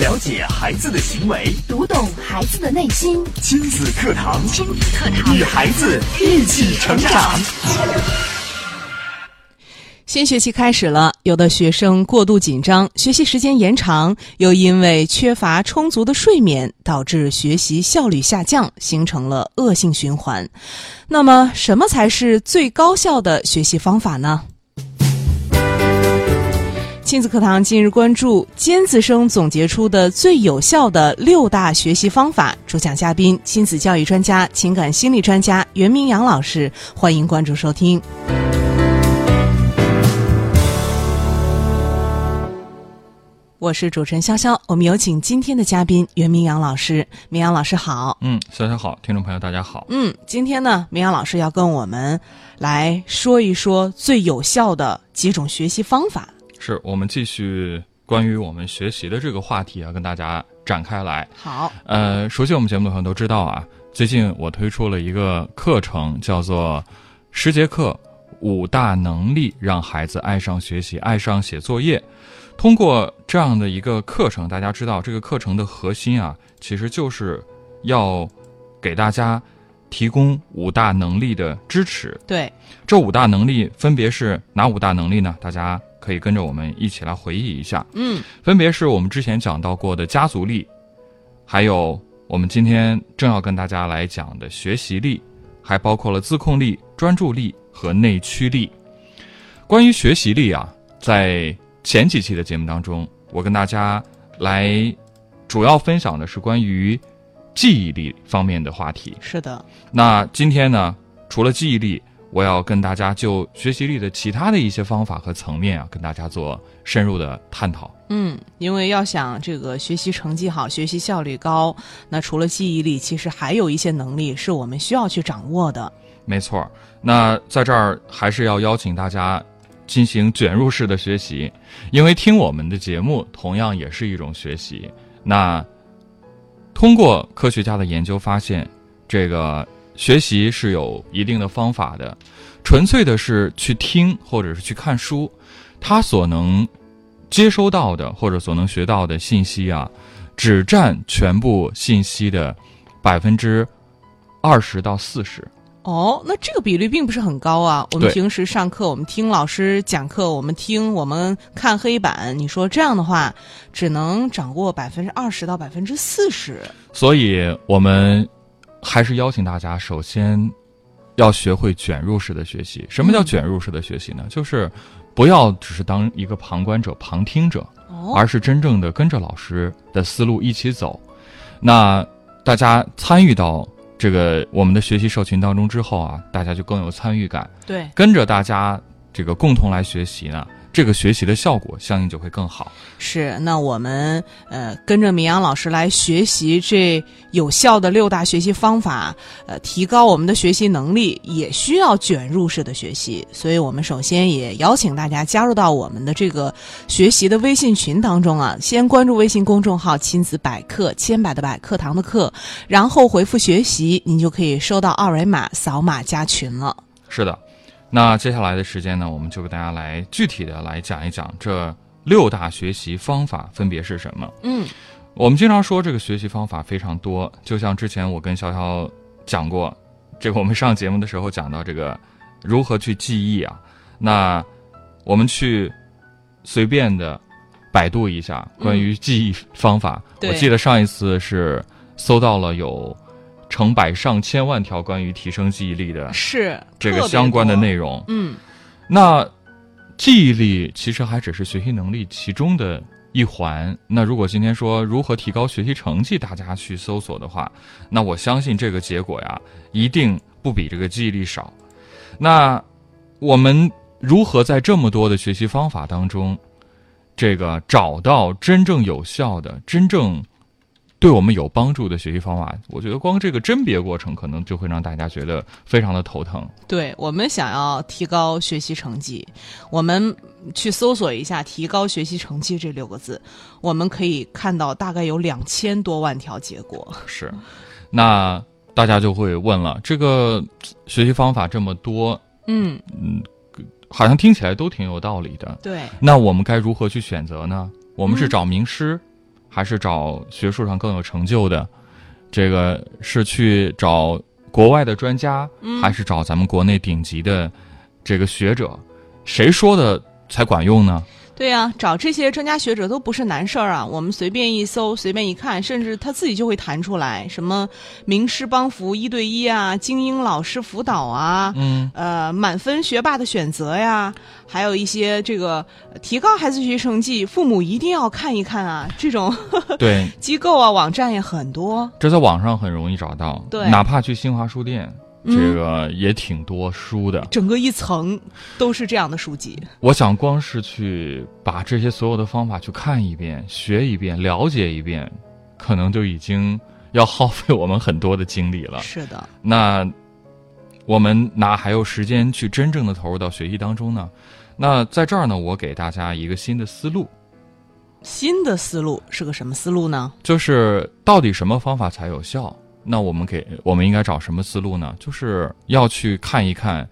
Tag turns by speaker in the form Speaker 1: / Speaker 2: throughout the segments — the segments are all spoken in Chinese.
Speaker 1: 了解孩子的行为，
Speaker 2: 读懂孩子的内心，
Speaker 1: 亲子课堂，
Speaker 2: 亲子课堂
Speaker 1: 与孩子一起成长。
Speaker 3: 新学期开始了，有的学生过度紧张，学习时间延长，又因为缺乏充足的睡眠，导致学习效率下降，形成了恶性循环。那么，什么才是最高效的学习方法呢？亲子课堂近日关注尖子生总结出的最有效的六大学习方法，主讲嘉宾亲子教育专家、情感心理专家袁明阳老师，欢迎关注收听。我是主持人潇潇，我们有请今天的嘉宾袁明阳老师。明阳老师好，
Speaker 4: 嗯，小小好，听众朋友大家好。
Speaker 3: 嗯，今天呢，明阳老师要跟我们来说一说最有效的几种学习方法。
Speaker 4: 是我们继续关于我们学习的这个话题啊，跟大家展开来。
Speaker 3: 好，
Speaker 4: 呃，熟悉我们节目的朋友都知道啊，最近我推出了一个课程，叫做《十节课五大能力让孩子爱上学习、爱上写作业》。通过这样的一个课程，大家知道这个课程的核心啊，其实就是要给大家提供五大能力的支持。
Speaker 3: 对，
Speaker 4: 这五大能力分别是哪五大能力呢？大家可以跟着我们一起来回忆一下，
Speaker 3: 嗯，
Speaker 4: 分别是我们之前讲到过的家族力，还有我们今天正要跟大家来讲的学习力，还包括了自控力、专注力和内驱力。关于学习力啊，在前几期的节目当中，我跟大家来主要分享的是关于记忆力方面的话题。
Speaker 3: 是的，
Speaker 4: 那今天呢，除了记忆力，我要跟大家就学习力的其他的一些方法和层面啊，跟大家做深入的探讨。
Speaker 3: 嗯，因为要想这个学习成绩好、学习效率高，那除了记忆力，其实还有一些能力是我们需要去掌握的。
Speaker 4: 没错儿，那在这儿还是要邀请大家进行卷入式的学习，因为听我们的节目同样也是一种学习。那通过科学家的研究发现，这个学习是有一定的方法的，纯粹的是去听或者是去看书，他所能接收到的或者所能学到的信息啊，只占全部信息的百分之二十到四十。
Speaker 3: 哦，那这个比率并不是很高啊。我们
Speaker 4: 对
Speaker 3: 平时上课，我们听老师讲课，我们听，我们看黑板。你说这样的话，只能掌握百分之二十到百分之四十。
Speaker 4: 所以我们还是邀请大家，首先要学会卷入式的学习。什么叫卷入式的学习呢？就是不要只是当一个旁观者、旁听者，
Speaker 3: 哦，
Speaker 4: 而是真正的跟着老师的思路一起走。那大家参与到这个我们的学习社群当中之后啊，大家就更有参与感，
Speaker 3: 对，
Speaker 4: 跟着大家这个共同来学习呢，这个学习的效果相应就会更好。
Speaker 3: 是。那我们呃跟着明阳老师来学习这有效的六大学习方法，呃，提高我们的学习能力，也需要卷入式的学习。所以我们首先也邀请大家加入到我们的这个学习的微信群当中啊，先关注微信公众号“亲子百科”，千百的百，课堂的课，然后回复“学习”，您就可以收到二维码，扫码加群了。
Speaker 4: 是的，那接下来的时间呢，我们就给大家来具体的来讲一讲这六大学习方法分别是什么。
Speaker 3: 嗯，
Speaker 4: 我们经常说这个学习方法非常多，就像之前我跟潇潇讲过，这个我们上节目的时候讲到这个如何去记忆啊，那我们去随便的百度一下关于记忆方法，
Speaker 3: 对
Speaker 4: 我记得上一次是搜到了有成百上千万条关于提升记忆力的
Speaker 3: 是
Speaker 4: 这个相关的
Speaker 3: 内。
Speaker 4: 内容。
Speaker 3: 嗯，
Speaker 4: 那记忆力其实还只是学习能力其中的一环。那如果今天说如何提高学习成绩，大家去搜索的话，那我相信这个结果呀，一定不比这个记忆力少。那我们如何在这么多的学习方法当中，这个找到真正有效的、真正对我们有帮助的学习方法？我觉得光这个甄别过程，可能就会让大家觉得非常的头疼。
Speaker 3: 对我们想要提高学习成绩，我们去搜索一下“提高学习成绩”这六个字，我们可以看到大概有两千多万条结果。
Speaker 4: 是，那大家就会问了，这个学习方法这么多，
Speaker 3: 嗯，
Speaker 4: 好像听起来都挺有道理的，
Speaker 3: 对，嗯
Speaker 4: 那我们该如何去选择呢？我们是找名师，还是找学术上更有成就的？这个是去找国外的专家，
Speaker 3: 嗯
Speaker 4: 还是找咱们国内顶级的这个学者？谁说的才管用呢？
Speaker 3: 对呀、找这些专家学者都不是难事儿啊。我们随便一搜，随便一看，甚至他自己就会弹出来，什么名师帮扶一对一啊，精英老师辅导啊，
Speaker 4: 嗯，
Speaker 3: 呃，满分学霸的选择呀，还有一些这个呃提高孩子学习成绩，父母一定要看一看啊，这种
Speaker 4: 对，
Speaker 3: 机构啊网站也很多。
Speaker 4: 这在网上很容易找到，
Speaker 3: 对
Speaker 4: 哪怕去新华书店，
Speaker 3: 嗯
Speaker 4: 这个也挺多书的。
Speaker 3: 整个一层都是这样的书籍，
Speaker 4: 我想光是去把这些所有的方法去看一遍、学一遍、了解一遍，可能就已经要耗费我们很多的精力了。
Speaker 3: 是的，
Speaker 4: 那我们哪还有时间去真正的投入到学习当中呢？那在这儿呢，我给大家一个新的思路，
Speaker 3: 新的思路是个什么思路呢？
Speaker 4: 就是到底什么方法才有效？那我们给我们应该找什么思路呢？就是要去看一看，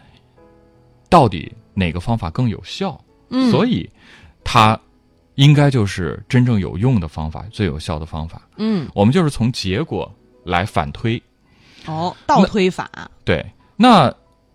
Speaker 4: 到底哪个方法更有效。
Speaker 3: 嗯，
Speaker 4: 所
Speaker 3: 以
Speaker 4: 以它应该就是真正有用的方法，最有效的方法。
Speaker 3: 嗯，
Speaker 4: 我们就是从结果来反推。
Speaker 3: 哦，倒推法，
Speaker 4: 对，那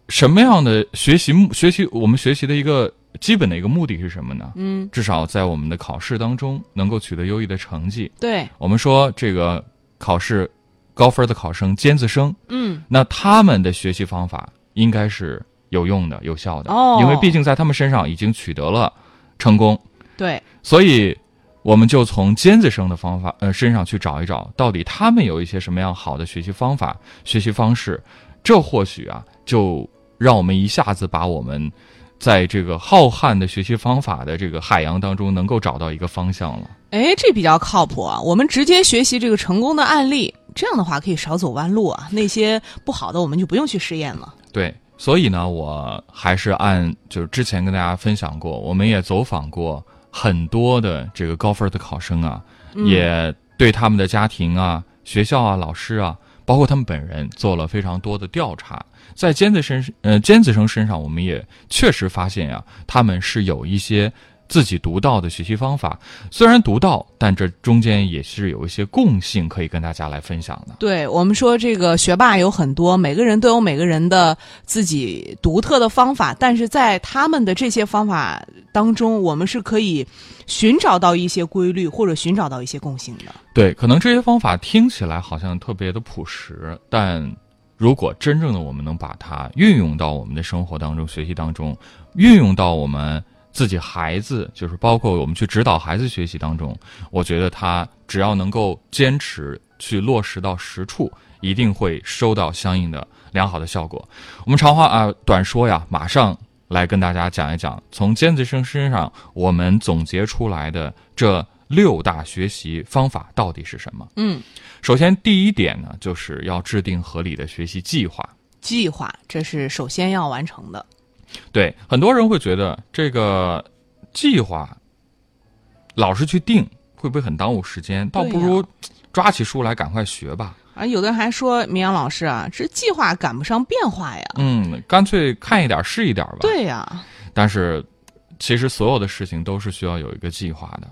Speaker 4: 什么样的学习目学习我们学习的一个基本的一个目的是什么呢？
Speaker 3: 嗯，
Speaker 4: 至少在我们的考试当中能够取得优异的成绩。
Speaker 3: 对，
Speaker 4: 我们说这个考试高分的考生、尖子生，
Speaker 3: 嗯，
Speaker 4: 那他们的学习方法应该是有用的、有效的，
Speaker 3: 哦
Speaker 4: 因为毕竟在他们身上已经取得了成功。
Speaker 3: 对，
Speaker 4: 所以，我们就从尖子生的方法呃身上去找一找，到底他们有一些什么样好的学习方法、学习方式。这或许啊，就让我们一下子把我们在这个浩瀚的学习方法的这个海洋当中，能够找到一个方向了。
Speaker 3: 哎，这比较靠谱啊。我们直接学习这个成功的案例，这样的话可以少走弯路啊。那些不好的我们就不用去试验了。
Speaker 4: 对，所以呢，我还是按就是之前跟大家分享过，我们也走访过很多的这个高分的考生啊，也对他们的家庭啊、学校啊、老师啊，包括他们本人做了非常多的调查。在尖子生呃尖子生身上，我们也确实发现呀、他们是有一些自己独到的学习方法，虽然独到，但这中间也是有一些共性可以跟大家来分享的。
Speaker 3: 对我们说，这个学霸有很多，每个人都有每个人的自己独特的方法，但是在他们的这些方法当中，我们是可以寻找到一些规律，或者寻找到一些共性的。
Speaker 4: 对，可能这些方法听起来好像特别的朴实，但如果真正的我们能把它运用到我们的生活当中、学习当中，运用到我们自己孩子，就是包括我们去指导孩子学习当中，我觉得他只要能够坚持去落实到实处，一定会收到相应的良好的效果。我们长话啊、短说呀，马上来跟大家讲一讲，从尖子生身上我们总结出来的这六大学习方法到底是什么？
Speaker 3: 嗯，
Speaker 4: 首先第一点呢，就是要制定合理的学习计划。
Speaker 3: 计划这是首先要完成的。
Speaker 4: 对，很多人会觉得这个计划老是去定，会不会很耽误时间？倒不如抓起书来赶快学吧。
Speaker 3: 啊，有的人还说明阳老师啊，这计划赶不上变化呀。
Speaker 4: 嗯，干脆看一点儿是一点儿吧。
Speaker 3: 对呀、
Speaker 4: 但是，其实所有的事情都是需要有一个计划的。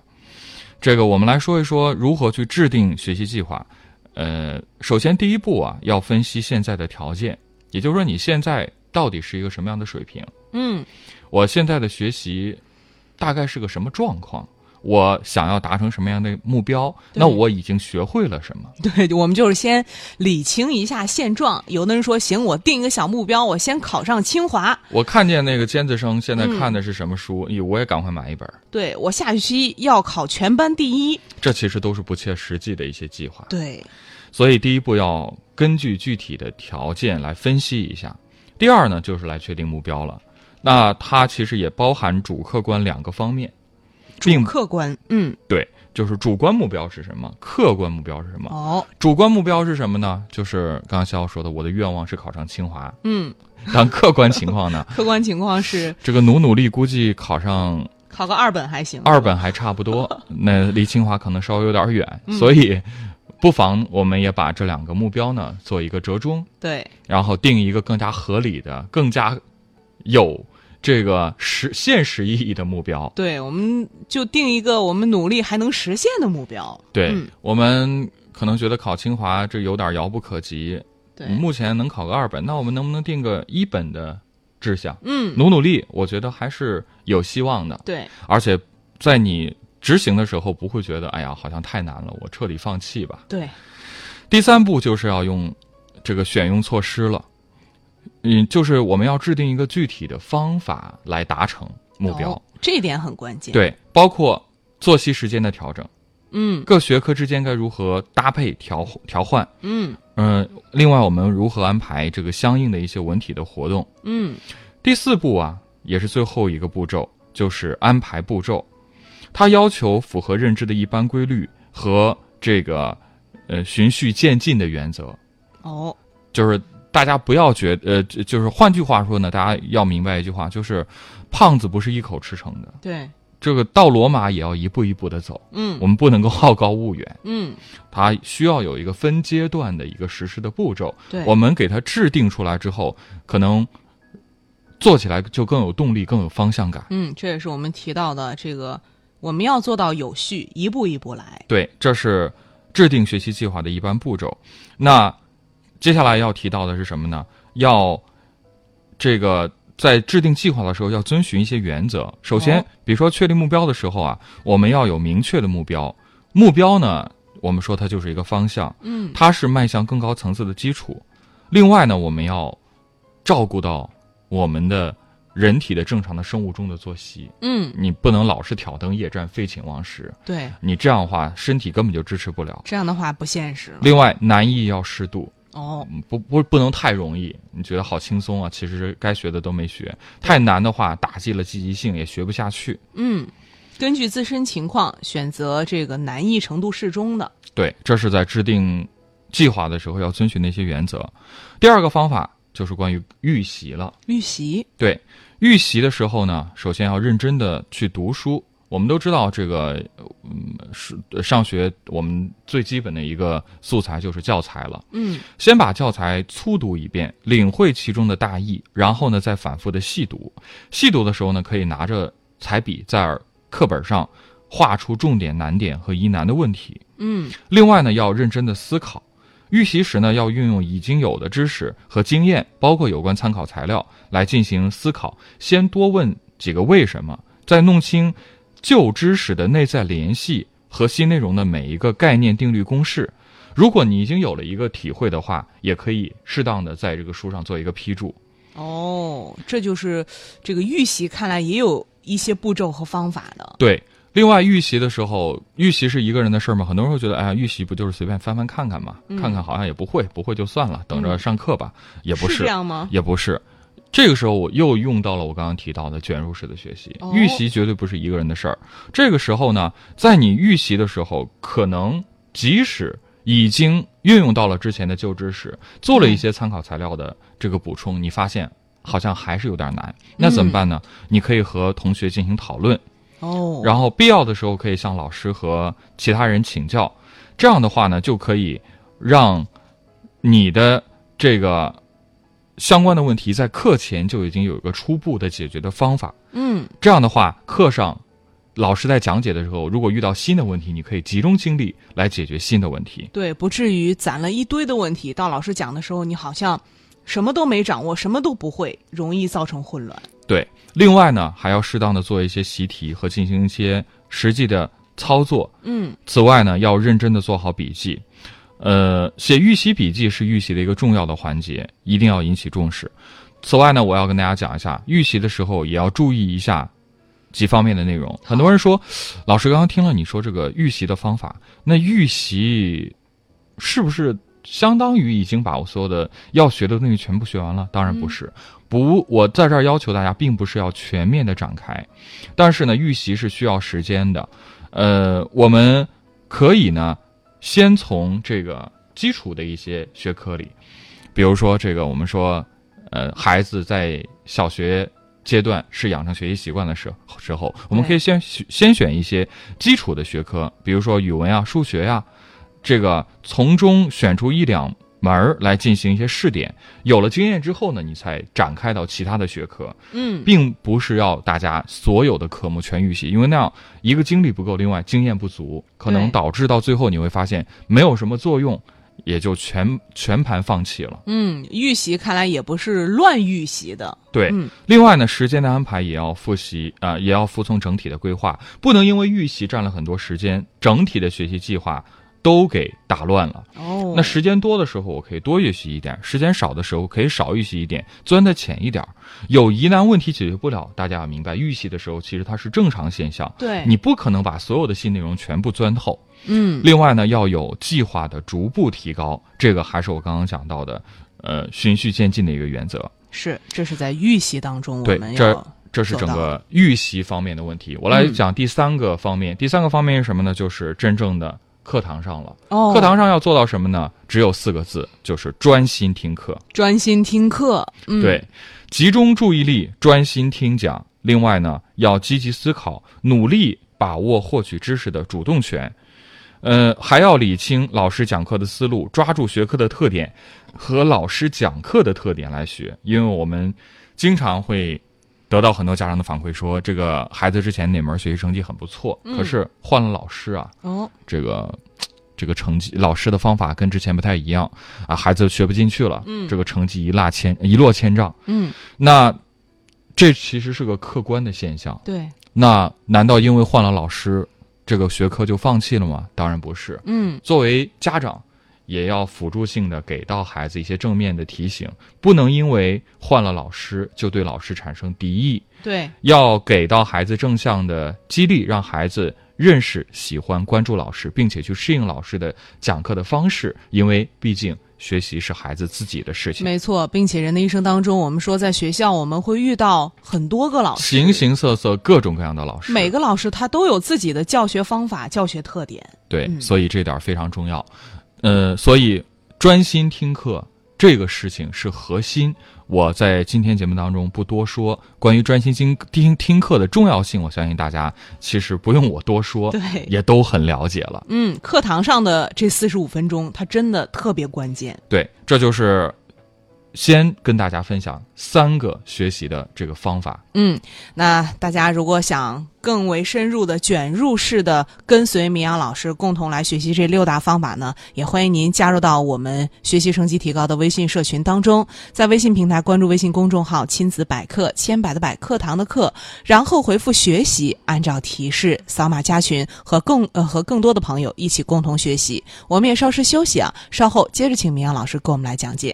Speaker 4: 这个我们来说一说如何去制定学习计划。呃，首先第一步啊，要分析现在的条件，也就是说你现在到底是一个什么样的水平？
Speaker 3: 嗯，
Speaker 4: 我现在的学习大概是个什么状况？我想要达成什么样的目标？
Speaker 3: 对
Speaker 4: 那我已经学会了什么？
Speaker 3: 对，我们就是先理清一下现状。有的人说，行，我定一个小目标，我先考上清华。
Speaker 4: 我看见那个尖子生现在看的是什么书，咦我也赶快买一本儿。
Speaker 3: 对我下学期要考全班第一。
Speaker 4: 这其实都是不切实际的一些计划。
Speaker 3: 对，
Speaker 4: 所以第一步要根据具体的条件来分析一下。第二呢，就是来确定目标了。那它其实也包含主客观两个方面，并
Speaker 3: 客观，嗯，
Speaker 4: 对，就是主观目标是什么，客观目标是什么。
Speaker 3: 哦，
Speaker 4: 主观目标是什么呢？就是刚刚肖说的，我的愿望是考上清华。
Speaker 3: 嗯，，
Speaker 4: 但客观情况呢
Speaker 3: 客观情况是
Speaker 4: 这个努努力估计考上
Speaker 3: 考个二本还行，
Speaker 4: 二本还差不多，那离清华可能稍微有点远，所以不妨我们也把这两个目标呢做一个折中。
Speaker 3: 对，
Speaker 4: 然后定一个更加合理的、更加有这个实现实意义的目标。
Speaker 3: 对，我们就定一个我们努力还能实现的目标。
Speaker 4: 对、
Speaker 3: 嗯
Speaker 4: 我们可能觉得考清华这有点遥不可及，
Speaker 3: 对，
Speaker 4: 目前能考个二本，那我们能不能定个一本的志向？
Speaker 3: 嗯，
Speaker 4: 努努力，我觉得还是有希望的。
Speaker 3: 对，
Speaker 4: 而且在你执行的时候，不会觉得哎呀，好像太难了，我彻底放弃吧。
Speaker 3: 对，
Speaker 4: 第三步就是要用这个选用措施了，嗯，就是我们要制定一个具体的方法来达成目标。
Speaker 3: 哦这一点很关键。，
Speaker 4: 对，包括作息时间的调整，
Speaker 3: 嗯
Speaker 4: 各学科之间该如何搭配调调换。
Speaker 3: 嗯
Speaker 4: 嗯，另外我们如何安排这个相应的一些文体的活动。
Speaker 3: 嗯，
Speaker 4: 第四步啊，也是最后一个步骤，就是安排步骤。它要求符合认知的一般规律和这个呃循序渐进的原则，
Speaker 3: 哦，
Speaker 4: 就是大家不要觉呃，就就是换句话说呢，大家要明白一句话，就是胖子不是一口吃成的，
Speaker 3: 对，
Speaker 4: 这个到罗马也要一步一步的走，
Speaker 3: 嗯
Speaker 4: 我们不能够好高骛远，
Speaker 3: 嗯，
Speaker 4: 它需要有一个分阶段的一个实施的步骤。
Speaker 3: 对，
Speaker 4: 我们给它制定出来之后，可能做起来就更有动力，更有方向感。
Speaker 3: 嗯，这也是我们提到的这个，我们要做到有序，一步一步来。
Speaker 4: 对，这是制定学习计划的一般步骤。那接下来要提到的是什么呢？要这个在制定计划的时候要遵循一些原则。首先
Speaker 3: 哦，
Speaker 4: 比如说确定目标的时候啊，我们要有明确的目标。目标呢，我们说它就是一个方向，
Speaker 3: 嗯，
Speaker 4: 它是迈向更高层次的基础。另外呢，我们要照顾到我们的人体的正常的生物钟的作息，
Speaker 3: 嗯，
Speaker 4: 你不能老是挑灯夜战、废寝忘食。
Speaker 3: 对，
Speaker 4: 你这样的话，身体根本就支持不了。
Speaker 3: 这样的话不现实了。
Speaker 4: 另外，难易要适度，
Speaker 3: 哦，
Speaker 4: 嗯不不不能太容易。你觉得好轻松啊，其实该学的都没学。太难的话，打击了积极性，也学不下去。
Speaker 3: 嗯，根据自身情况选择这个难易程度适中的。
Speaker 4: 对，这是在制定计划的时候要遵循的一些原则。第二个方法就是关于预习了。
Speaker 3: 预习，
Speaker 4: 对，预习的时候呢，首先要认真的去读书。我们都知道，这个嗯是呃上学我们最基本的一个素材就是教材了。
Speaker 3: 嗯，
Speaker 4: 先把教材粗读一遍，领会其中的大意，然后呢再反复的细读。细读的时候呢，可以拿着彩笔在课本上画出重点、难点和疑难的问题。
Speaker 3: 嗯，
Speaker 4: 另外呢，要认真的思考。预习时呢，要运用已经有的知识和经验，包括有关参考材料来进行思考。先多问几个为什么，再弄清旧知识的内在联系和新内容的每一个概念、定律、公式。如果你已经有了一个体会的话，也可以适当的在这个书上做一个批注。
Speaker 3: 哦，这就是这个预习，看来也有一些步骤和方法的。
Speaker 4: 对，另外预习的时候，预习是一个人的事儿吗？很多人会觉得，哎呀，预习不就是随便翻翻看看嘛，
Speaker 3: 嗯
Speaker 4: 看看好像也不会，不会就算了，等着上课吧，也不
Speaker 3: 这样吗？
Speaker 4: 也不是。这个时候，我又用到了我刚刚提到的卷入式的学习
Speaker 3: 哦。
Speaker 4: 预习绝对不是一个人的事儿。这个时候呢，在你预习的时候，可能即使已经运用到了之前的旧知识，做了一些参考材料的这个补充，你发现好像还是有点难。那怎么办呢？你可以和同学进行讨论，
Speaker 3: 哦，
Speaker 4: 然后必要的时候可以向老师和其他人请教，这样的话呢，就可以让你的这个相关的问题在课前就已经有一个初步的解决的方法。
Speaker 3: 嗯，
Speaker 4: 这样的话，课上老师在讲解的时候，如果遇到新的问题，你可以集中精力来解决新的问题。
Speaker 3: 对，不至于攒了一堆的问题，到老师讲的时候，你好像什么都没掌握，什么都不会，容易造成混乱。
Speaker 4: 对，另外呢，还要适当的做一些习题和进行一些实际的操作，
Speaker 3: 嗯，
Speaker 4: 此外呢，要认真的做好笔记。呃，写预习笔记是预习的一个重要的环节，一定要引起重视。此外呢，我要跟大家讲一下，预习的时候也要注意一下几方面的内容。很多人说，老师刚刚听了你说这个预习的方法，那预习是不是相当于已经把我所有的要学的东西全部学完了？当然不是，不，我在这儿要求大家，并不是要全面的展开，但是呢，预习是需要时间的。呃，我们可以呢，先从这个基础的一些学科里，比如说这个我们说，呃，孩子在小学阶段是养成学习习惯的时时候，我们可以先选先选一些基啊础的学科，比如说语文啊、数学呀、这个从中选出一两门儿来进行一些试点。有了经验之后呢，你才展开到其他的学科，
Speaker 3: 嗯，
Speaker 4: 并不是要大家所有的科目全预习，因为那样一个精力不够，另外经验不足，可能
Speaker 3: 对
Speaker 4: 导致到最后你会发现没有什么作用，也就全全盘放弃了。
Speaker 3: 嗯，预习看来也不是乱预习的，
Speaker 4: 对，
Speaker 3: 嗯
Speaker 4: 另外呢，时间的安排也要复习啊、呃也要服从整体的规划，不能因为预习占了很多时间，整体的学习计划都给打乱了。
Speaker 3: 哦，
Speaker 4: 那时间多的时候，我可以多预习一点；时间少的时候，可以少预习一点，钻得浅一点儿。有疑难问题解决不了，大家要明白，预习的时候其实它是正常现象，
Speaker 3: 对，
Speaker 4: 你不可能把所有的新内容全部钻透。
Speaker 3: 嗯
Speaker 4: 另外呢，要有计划的逐步提高，这个还是我刚刚讲到的，呃，循序渐进的一个原则。
Speaker 3: 是，这是在预习当中我
Speaker 4: 对
Speaker 3: 们，
Speaker 4: 这
Speaker 3: 要
Speaker 4: 这是
Speaker 3: 做
Speaker 4: 整
Speaker 3: 到
Speaker 4: 个预习方面的问题。我来
Speaker 3: 嗯
Speaker 4: 讲第三个方面，第三个方面是什么呢？就是真正的课堂上了。
Speaker 3: 哦，
Speaker 4: 课堂上要做到什么呢？只有四个字，就是专心听课。
Speaker 3: 专心听课，嗯，
Speaker 4: 对，集中注意力，专心听讲。另外呢，要积极思考，努力把握获取知识的主动权。呃，还要理清老师讲课的思路，抓住学科的特点和老师讲课的特点来学。因为我们经常会得到很多家长的反馈说，这个孩子之前哪门学习成绩很不错，
Speaker 3: 嗯
Speaker 4: 可是换了老师啊，
Speaker 3: 哦，
Speaker 4: 这个这个成绩，老师的方法跟之前不太一样啊，孩子学不进去了，
Speaker 3: 嗯
Speaker 4: 这个成绩一落千一落千丈。
Speaker 3: 嗯，
Speaker 4: 那这其实是个客观的现象。
Speaker 3: 对，
Speaker 4: 那难道因为换了老师，这个学科就放弃了吗？当然不是。
Speaker 3: 嗯
Speaker 4: 作为家长，也要辅助性的给到孩子一些正面的提醒，不能因为换了老师就对老师产生敌意，
Speaker 3: 对，
Speaker 4: 要给到孩子正向的激励，让孩子认识、喜欢、关注老师，并且去适应老师的讲课的方式，因为毕竟学习是孩子自己的事情。
Speaker 3: 没错，并且人的一生当中，我们说在学校我们会遇到很多个老师，
Speaker 4: 形形色色、各种各样的老师，
Speaker 3: 每个老师他都有自己的教学方法、教学特点，
Speaker 4: 对，
Speaker 3: 嗯
Speaker 4: 所以这点儿非常重要。呃，所以专心听课这个事情是核心。我在今天节目当中不多说关于专心听听听课的重要性，我相信大家其实不用我多说，
Speaker 3: 对
Speaker 4: 也都很了解了。
Speaker 3: 嗯，课堂上的这四十五分钟，它真的特别关键。
Speaker 4: 对，这就是先跟大家分享三个学习的这个方法。
Speaker 3: 嗯，那大家如果想更为深入的卷入式的跟随明阳老师共同来学习这六大方法呢，也欢迎您加入到我们学习成绩提高的微信社群当中，在微信平台关注微信公众号“亲子百科”，千百的百课堂的课，然后回复“学习”，按照提示扫码加群，和更呃和更多的朋友一起共同学习。我们也稍事休息啊，稍后接着请明阳老师给我们来讲解。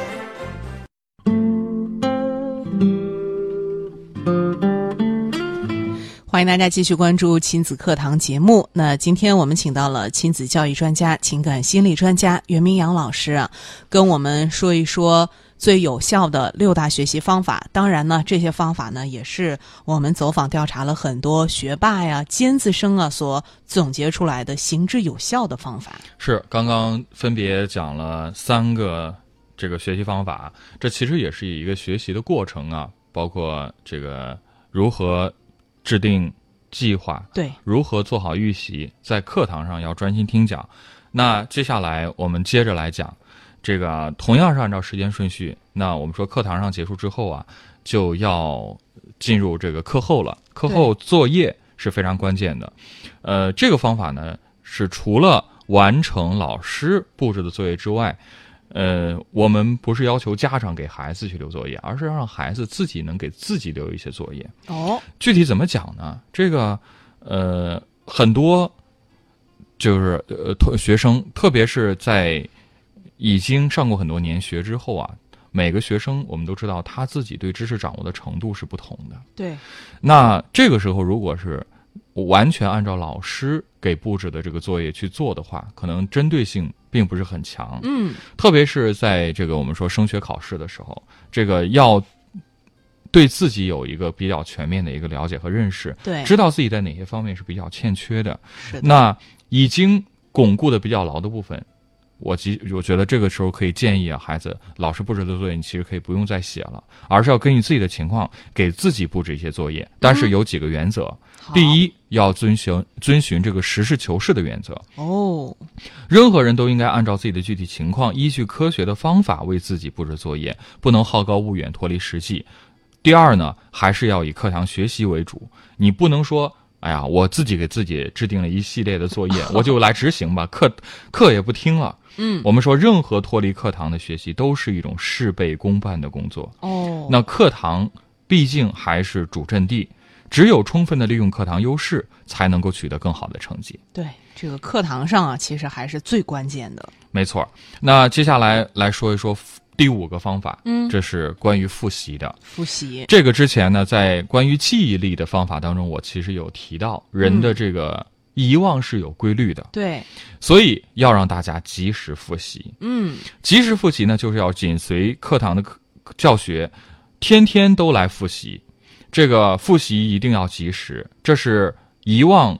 Speaker 3: 欢迎大家继续关注亲子课堂节目。那今天我们请到了亲子教育专家、情感心理专家袁明阳老师啊，跟我们说一说最有效的六大学习方法。当然呢，这些方法呢也是我们走访调查了很多学霸呀、尖子生啊所总结出来的行之有效的方法。
Speaker 4: 是刚刚分别讲了三个这个学习方法，这其实也是一个学习的过程啊，包括这个如何制定计划，
Speaker 3: 对，
Speaker 4: 如何做好预习，在课堂上要专心听讲。那接下来我们接着来讲，这个同样是按照时间顺序。那我们说课堂上结束之后啊，就要进入这个课后了。课后作业是非常关键的。呃，这个方法呢是除了完成老师布置的作业之外，呃，我们不是要求家长给孩子去留作业，而是要让孩子自己能给自己留一些作业。
Speaker 3: 哦，
Speaker 4: 具体怎么讲呢？这个，呃，很多就是呃，特学生，特别是在已经上过很多年学之后啊，每个学生我们都知道他自己对知识掌握的程度是不同的。
Speaker 3: 对，
Speaker 4: 那这个时候，如果是完全按照老师给布置的这个作业去做的话，可能针对性并不是很强。
Speaker 3: 嗯，
Speaker 4: 特别是在这个我们说升学考试的时候，这个要对自己有一个比较全面的一个了解和认识，
Speaker 3: 对，
Speaker 4: 知道自己在哪些方面是比较欠缺的。
Speaker 3: 是的
Speaker 4: 那已经巩固的比较牢的部分，我其我觉得这个时候可以建议啊，孩子，老师布置的作业你其实可以不用再写了，而是要根据自己的情况给自己布置一些作业。但是有几个原则，
Speaker 3: 嗯好
Speaker 4: 第一要遵循遵循这个实事求是的原则，
Speaker 3: 哦，
Speaker 4: 任何人都应该按照自己的具体情况，依据科学的方法为自己布置作业，不能好高骛远，脱离实际。第二呢，还是要以课堂学习为主，你不能说，哎呀，我自己给自己制定了一系列的作 业，我就来执行吧，课课也不听了。
Speaker 3: 嗯，
Speaker 4: 我们说，任何脱离课堂的学习都是一种事倍功半的工作。
Speaker 3: 哦，
Speaker 4: 那课堂毕竟还是主阵地，只有充分的利用课堂优势，才能够取得更好的成绩。
Speaker 3: 对这个课堂上啊，其实还是最关键的。
Speaker 4: 没错儿。那接下来来说一说第五个方法，
Speaker 3: 嗯
Speaker 4: 这是关于复习的。
Speaker 3: 复习，
Speaker 4: 这个之前呢，在关于记忆力的方法当中，我其实有提到，人的这个遗忘是有规律的，
Speaker 3: 对，
Speaker 4: 所以要让大家及时复习。
Speaker 3: 嗯，
Speaker 4: 及时复习呢，就是要紧随课堂的课教学，天天都来复习。这个复习一定要及时，这是遗忘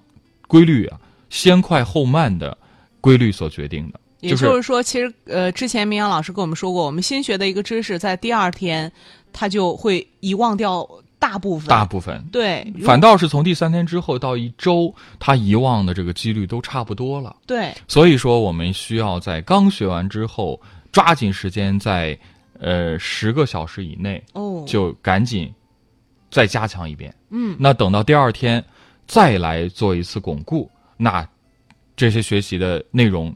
Speaker 4: 规律啊，先快后慢的规律所决定的。
Speaker 3: 也
Speaker 4: 就是
Speaker 3: 就是说，其实呃，之前明阳老师跟我们说过，我们新学的一个知识，在第二天他就会遗忘掉大部分。
Speaker 4: 大部分
Speaker 3: 对，如
Speaker 4: 反倒是从第三天之后到一周，他遗忘的这个几率都差不多了。
Speaker 3: 对，
Speaker 4: 所以说，我们需要在刚学完之后，抓紧时间在呃十个小时以内
Speaker 3: 哦，
Speaker 4: 就赶紧再加强一遍。
Speaker 3: 嗯，
Speaker 4: 那等到第二天再来做一次巩固，那这些学习的内容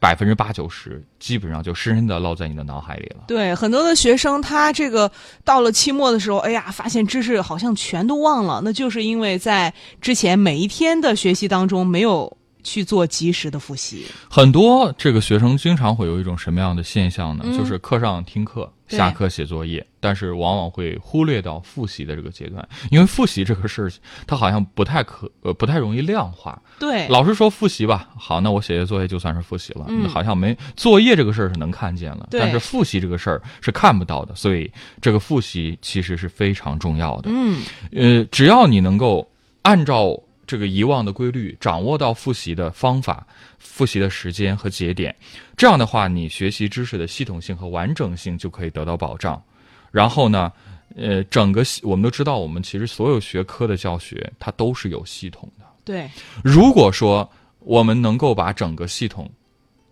Speaker 4: 百分之八九十基本上就深深的烙在你的脑海里了。
Speaker 3: 对，很多的学生他这个到了期末的时候，哎呀，发现知识好像全都忘了，那就是因为在之前每一天的学习当中没有去做及时的复习。
Speaker 4: 很多这个学生经常会有一种什么样的现象呢？
Speaker 3: 嗯
Speaker 4: 就是课上听课，
Speaker 3: 对
Speaker 4: 下课写作业，但是往往会忽略到复习的这个阶段，因为复习这个事儿，它好像不太可呃不太容易量化。
Speaker 3: 对，
Speaker 4: 老师说复习吧，好，那我写写作业就算是复习了，
Speaker 3: 嗯
Speaker 4: 那好像没作业这个事儿是能看见了，
Speaker 3: 对
Speaker 4: 但是复习这个事儿是看不到的，所以这个复习其实是非常重要的。
Speaker 3: 嗯，
Speaker 4: 呃，只要你能够按照这个遗忘的规律，掌握到复习的方法、复习的时间和节点，这样的话，你学习知识的系统性和完整性就可以得到保障。然后呢，呃，整个系我们都知道，我们其实所有学科的教学它都是有系统的。
Speaker 3: 对，
Speaker 4: 如果说我们能够把整个系统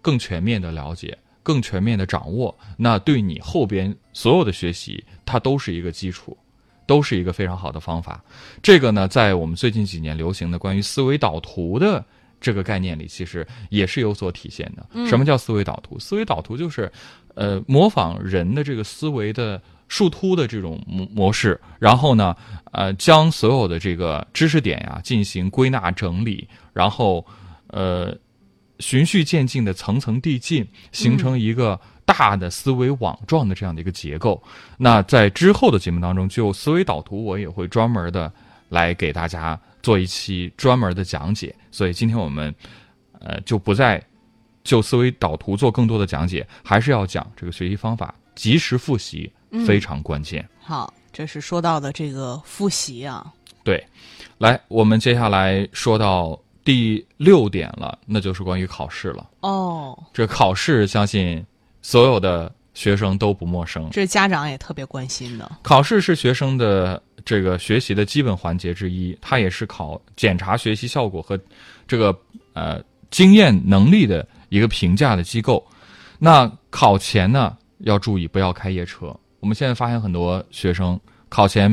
Speaker 4: 更全面的了解、更全面的掌握，那对你后边所有的学习，它都是一个基础，都是一个非常好的方法。这个呢，在我们最近几年流行的关于思维导图的。这个概念里其实也是有所体现的。什么叫思维导图？思维导图就是，呃，模仿人的这个思维的树突的这种模模式，然后呢，呃，将所有的这个知识点呀、进行归纳整理，然后呃循序渐进的层层递进，形成一个大的思维网状的这样的一个结构。那在之后的节目当中，就思维导图我也会专门的来给大家做一期专门的讲解。所以今天我们呃就不再就思维导图做更多的讲解，还是要讲这个学习方法，及时复习非常关键。
Speaker 3: 好，这是说到的这个复习啊。
Speaker 4: 对，来，我们接下来说到第六点了，那就是关于考试了。
Speaker 3: 哦，
Speaker 4: 这考试，相信所有的学生都不陌生。
Speaker 3: 这是家长也特别关心的。
Speaker 4: 考试是学生的这个学习的基本环节之一，它也是考检查学习效果和这个呃经验能力的一个评价的机构。那考前呢，要注意不要开夜车。我们现在发现很多学生考前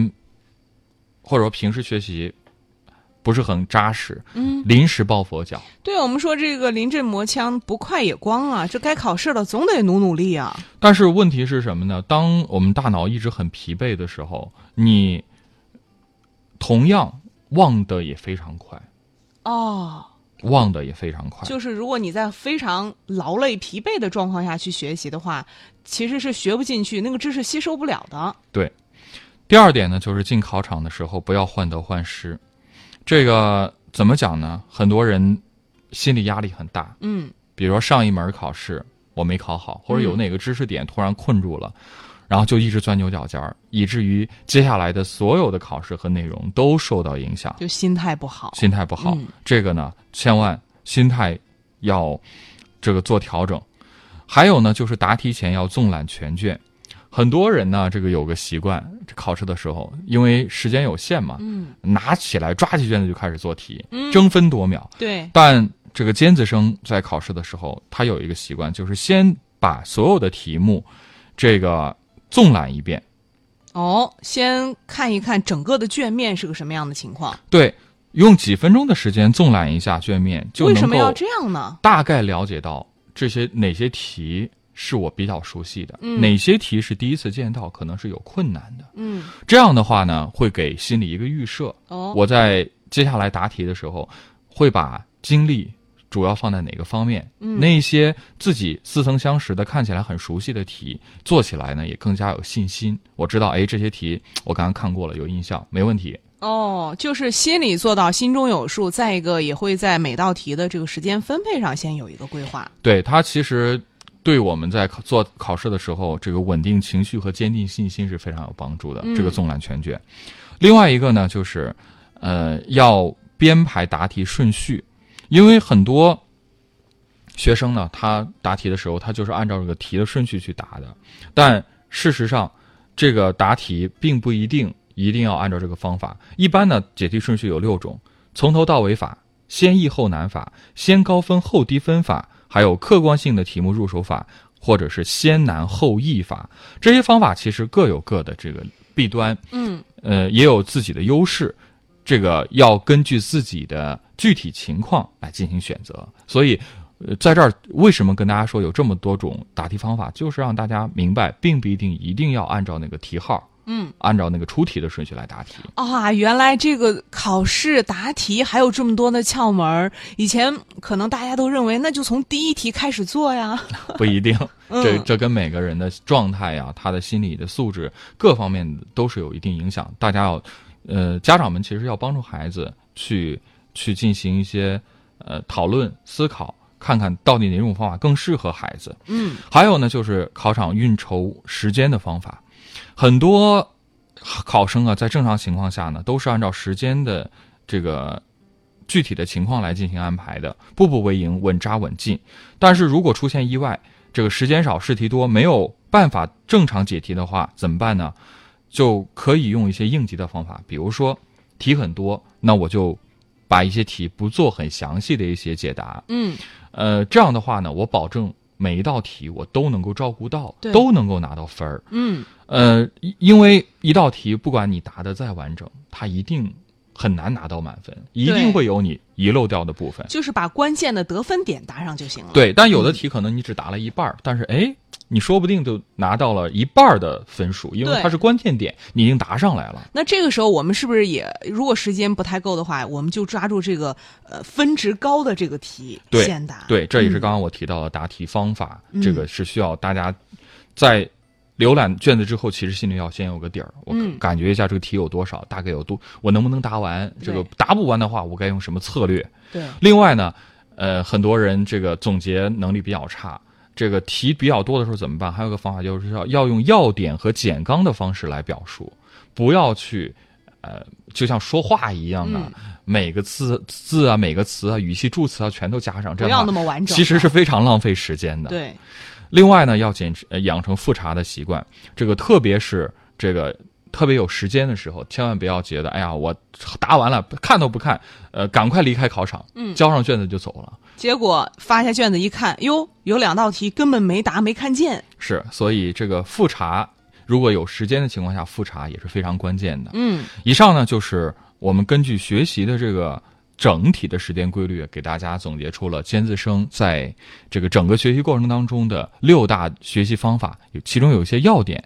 Speaker 4: 或者说平时学习不是很扎实，
Speaker 3: 嗯，
Speaker 4: 临时抱佛脚。
Speaker 3: 对我们说这个临阵磨枪，不快也光啊，这该考试了，总得努努力啊。
Speaker 4: 但是问题是什么呢？当我们大脑一直很疲惫的时候，你同样忘得也非常快，
Speaker 3: 哦，
Speaker 4: 忘得也非常快。
Speaker 3: 就是如果你在非常劳累、疲惫的状况下去学习的话，其实是学不进去，那个知识吸收不了的。
Speaker 4: 对。第二点呢，就是进考场的时候不要患得患失。这个怎么讲呢？很多人心理压力很大，
Speaker 3: 嗯
Speaker 4: 比如说上一门考试我没考好，或者有
Speaker 3: 嗯
Speaker 4: 哪个知识点突然困住了，然后就一直钻牛角尖儿，以至于接下来的所有的考试和内容都受到影响，
Speaker 3: 就心态不好。
Speaker 4: 心态不好。
Speaker 3: 嗯
Speaker 4: 这个呢，千万心态要这个做调整。还有呢，就是答题前要纵览全卷。很多人呢，这个有个习惯，这考试的时候，因为时间有限嘛，
Speaker 3: 嗯，
Speaker 4: 拿起来抓起卷子就开始做题，争分夺秒。
Speaker 3: 对，
Speaker 4: 但这个尖子生在考试的时候，他有一个习惯，就是先把所有的题目这个纵览一遍。
Speaker 3: 哦，先看一看整个的卷面是个什么样的情况，
Speaker 4: 对，用几分钟的时间纵览一下卷面，就
Speaker 3: 为
Speaker 4: 能
Speaker 3: 什么要
Speaker 4: 够
Speaker 3: 这样呢？
Speaker 4: 大概了解到这些哪些题是我比较熟悉的，
Speaker 3: 嗯
Speaker 4: 哪些题是第一次见到，可能是有困难的。
Speaker 3: 嗯，
Speaker 4: 这样的话呢，会给心里一个预设，
Speaker 3: 哦，
Speaker 4: 我在接下来答题的时候，会把精力主要放在哪个方面？
Speaker 3: 嗯
Speaker 4: 那些自己似曾相识的、看起来很熟悉的题，做起来呢也更加有信心。我知道，哎，这些题我刚刚看过了，有印象，没问题。
Speaker 3: 哦，就是心里做到心中有数，再一个也会在每道题的这个时间分配上先有一个规划。
Speaker 4: 对它其实。对我们在考做考试的时候，这个稳定情绪和坚定信心是非常有帮助的。
Speaker 3: 嗯
Speaker 4: 这个纵览全卷，另外一个呢，就是，呃，要编排答题顺序，因为很多学生呢，他答题的时候，他就是按照这个题的顺序去答的，但事实上，这个答题并不一定一定要按照这个方法。一般呢，解题顺序有六种：从头到尾法、先易后难法、先高分后低分法，还有客观性的题目入手法，或者是先难后易法。这些方法其实各有各的这个弊端。
Speaker 3: 嗯，
Speaker 4: 呃，也有自己的优势，这个要根据自己的具体情况来进行选择。所以，呃，在这儿为什么跟大家说有这么多种答题方法，就是让大家明白，并不一定一定要按照那个题号，
Speaker 3: 嗯，
Speaker 4: 按照那个出题的顺序来答题。
Speaker 3: 啊，原来这个考试答题还有这么多的窍门儿。以前可能大家都认为那就从第一题开始做呀。
Speaker 4: 不一定，
Speaker 3: 嗯
Speaker 4: 这这跟每个人的状态呀、他的心理的素质各方面都是有一定影响。大家要，呃，家长们其实要帮助孩子去去进行一些呃讨论、思考，看看到底哪种方法更适合孩子。
Speaker 3: 嗯，
Speaker 4: 还有呢，就是考场运筹时间的方法，很多考生啊，在正常情况下呢，都是按照时间的这个具体的情况来进行安排的，步步为营，稳扎稳进。但是如果出现意外，这个时间少、试题多，没有办法正常解题的话，怎么办呢？就可以用一些应急的方法，比如说题很多，那我就把一些题不做很详细的一些解答，
Speaker 3: 嗯，
Speaker 4: 呃，这样的话呢，我保证每一道题我都能够照顾到
Speaker 3: 对，
Speaker 4: 都能够拿到分儿。
Speaker 3: 嗯，
Speaker 4: 呃，因因为一道题不管你答的再完整，它一定很难拿到满分，一定会有你遗漏掉的部分。
Speaker 3: 就是把关键的得分点答上就行了。，
Speaker 4: 对，
Speaker 3: 嗯
Speaker 4: 但有的题可能你只答了一半儿，但是哎，你说不定就拿到了一半儿的分数，因为
Speaker 3: 对
Speaker 4: 它是关键点，你已经答上来了。
Speaker 3: 那这个时候我们是不是也，如果时间不太够的话，我们就抓住这个呃分值高的这个题
Speaker 4: 对
Speaker 3: 先答。，
Speaker 4: 对，这也是
Speaker 3: 嗯
Speaker 4: 刚刚我提到的答题方法，
Speaker 3: 嗯
Speaker 4: 这个是需要大家在浏览卷子之后，其实心里要先有个底儿，我
Speaker 3: 嗯
Speaker 4: 感觉一下这个题有多少，大概有多，我能不能答完？这个
Speaker 3: 对
Speaker 4: 答不完的话，我该用什么策略？
Speaker 3: 对，
Speaker 4: 另外呢，呃，很多人这个总结能力比较差。这个题比较多的时候怎么办？还有个方法就是要要用要点和简纲的方式来表述，不要去，呃，就像说话一样
Speaker 3: 嗯
Speaker 4: 啊，每个字字啊、每个词啊、语气、助词啊，全都加上，这
Speaker 3: 不要
Speaker 4: 样的话
Speaker 3: 那么完整。啊
Speaker 4: 其实是非常浪费时间的。，
Speaker 3: 对，
Speaker 4: 另外呢，要减呃养成复查的习惯，这个特别是这个特别有时间的时候，千万不要觉得哎呀，我答完了看都不看，呃，赶快离开考场，
Speaker 3: 嗯
Speaker 4: 交上卷子就走了。
Speaker 3: 结果发下卷子一看，哟，有两道题根本没答，没看见。
Speaker 4: 是，所以这个复查，如果有时间的情况下，复查也是非常关键的。
Speaker 3: 嗯，
Speaker 4: 以上呢，就是我们根据学习的这个整体的时间规律，给大家总结出了尖子生在这个整个学习过程当中的六大学习方法，有其中有一些要点。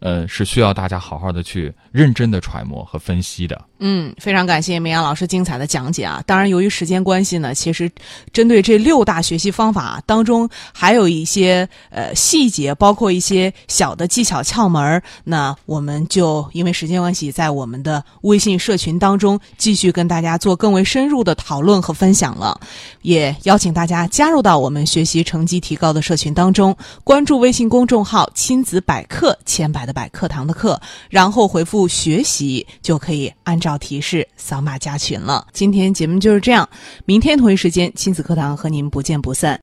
Speaker 4: 呃，是需要大家好好的去认真的揣摩和分析的。
Speaker 3: 嗯，非常感谢明阳老师精彩的讲解啊！当然，由于时间关系呢，其实针对这六大学习方法、啊、当中，还有一些呃细节，包括一些小的技巧窍门儿，那我们就因为时间关系，在我们的微信社群当中继续跟大家做更为深入的讨论和分享了。也邀请大家加入到我们学习成绩提高的社群当中，关注微信公众号“亲子百科”，千百的百课堂的课，然后回复“学习”就可以按照提示扫码加群了。今天节目就是这样，明天同一时间亲子课堂和您不见不散。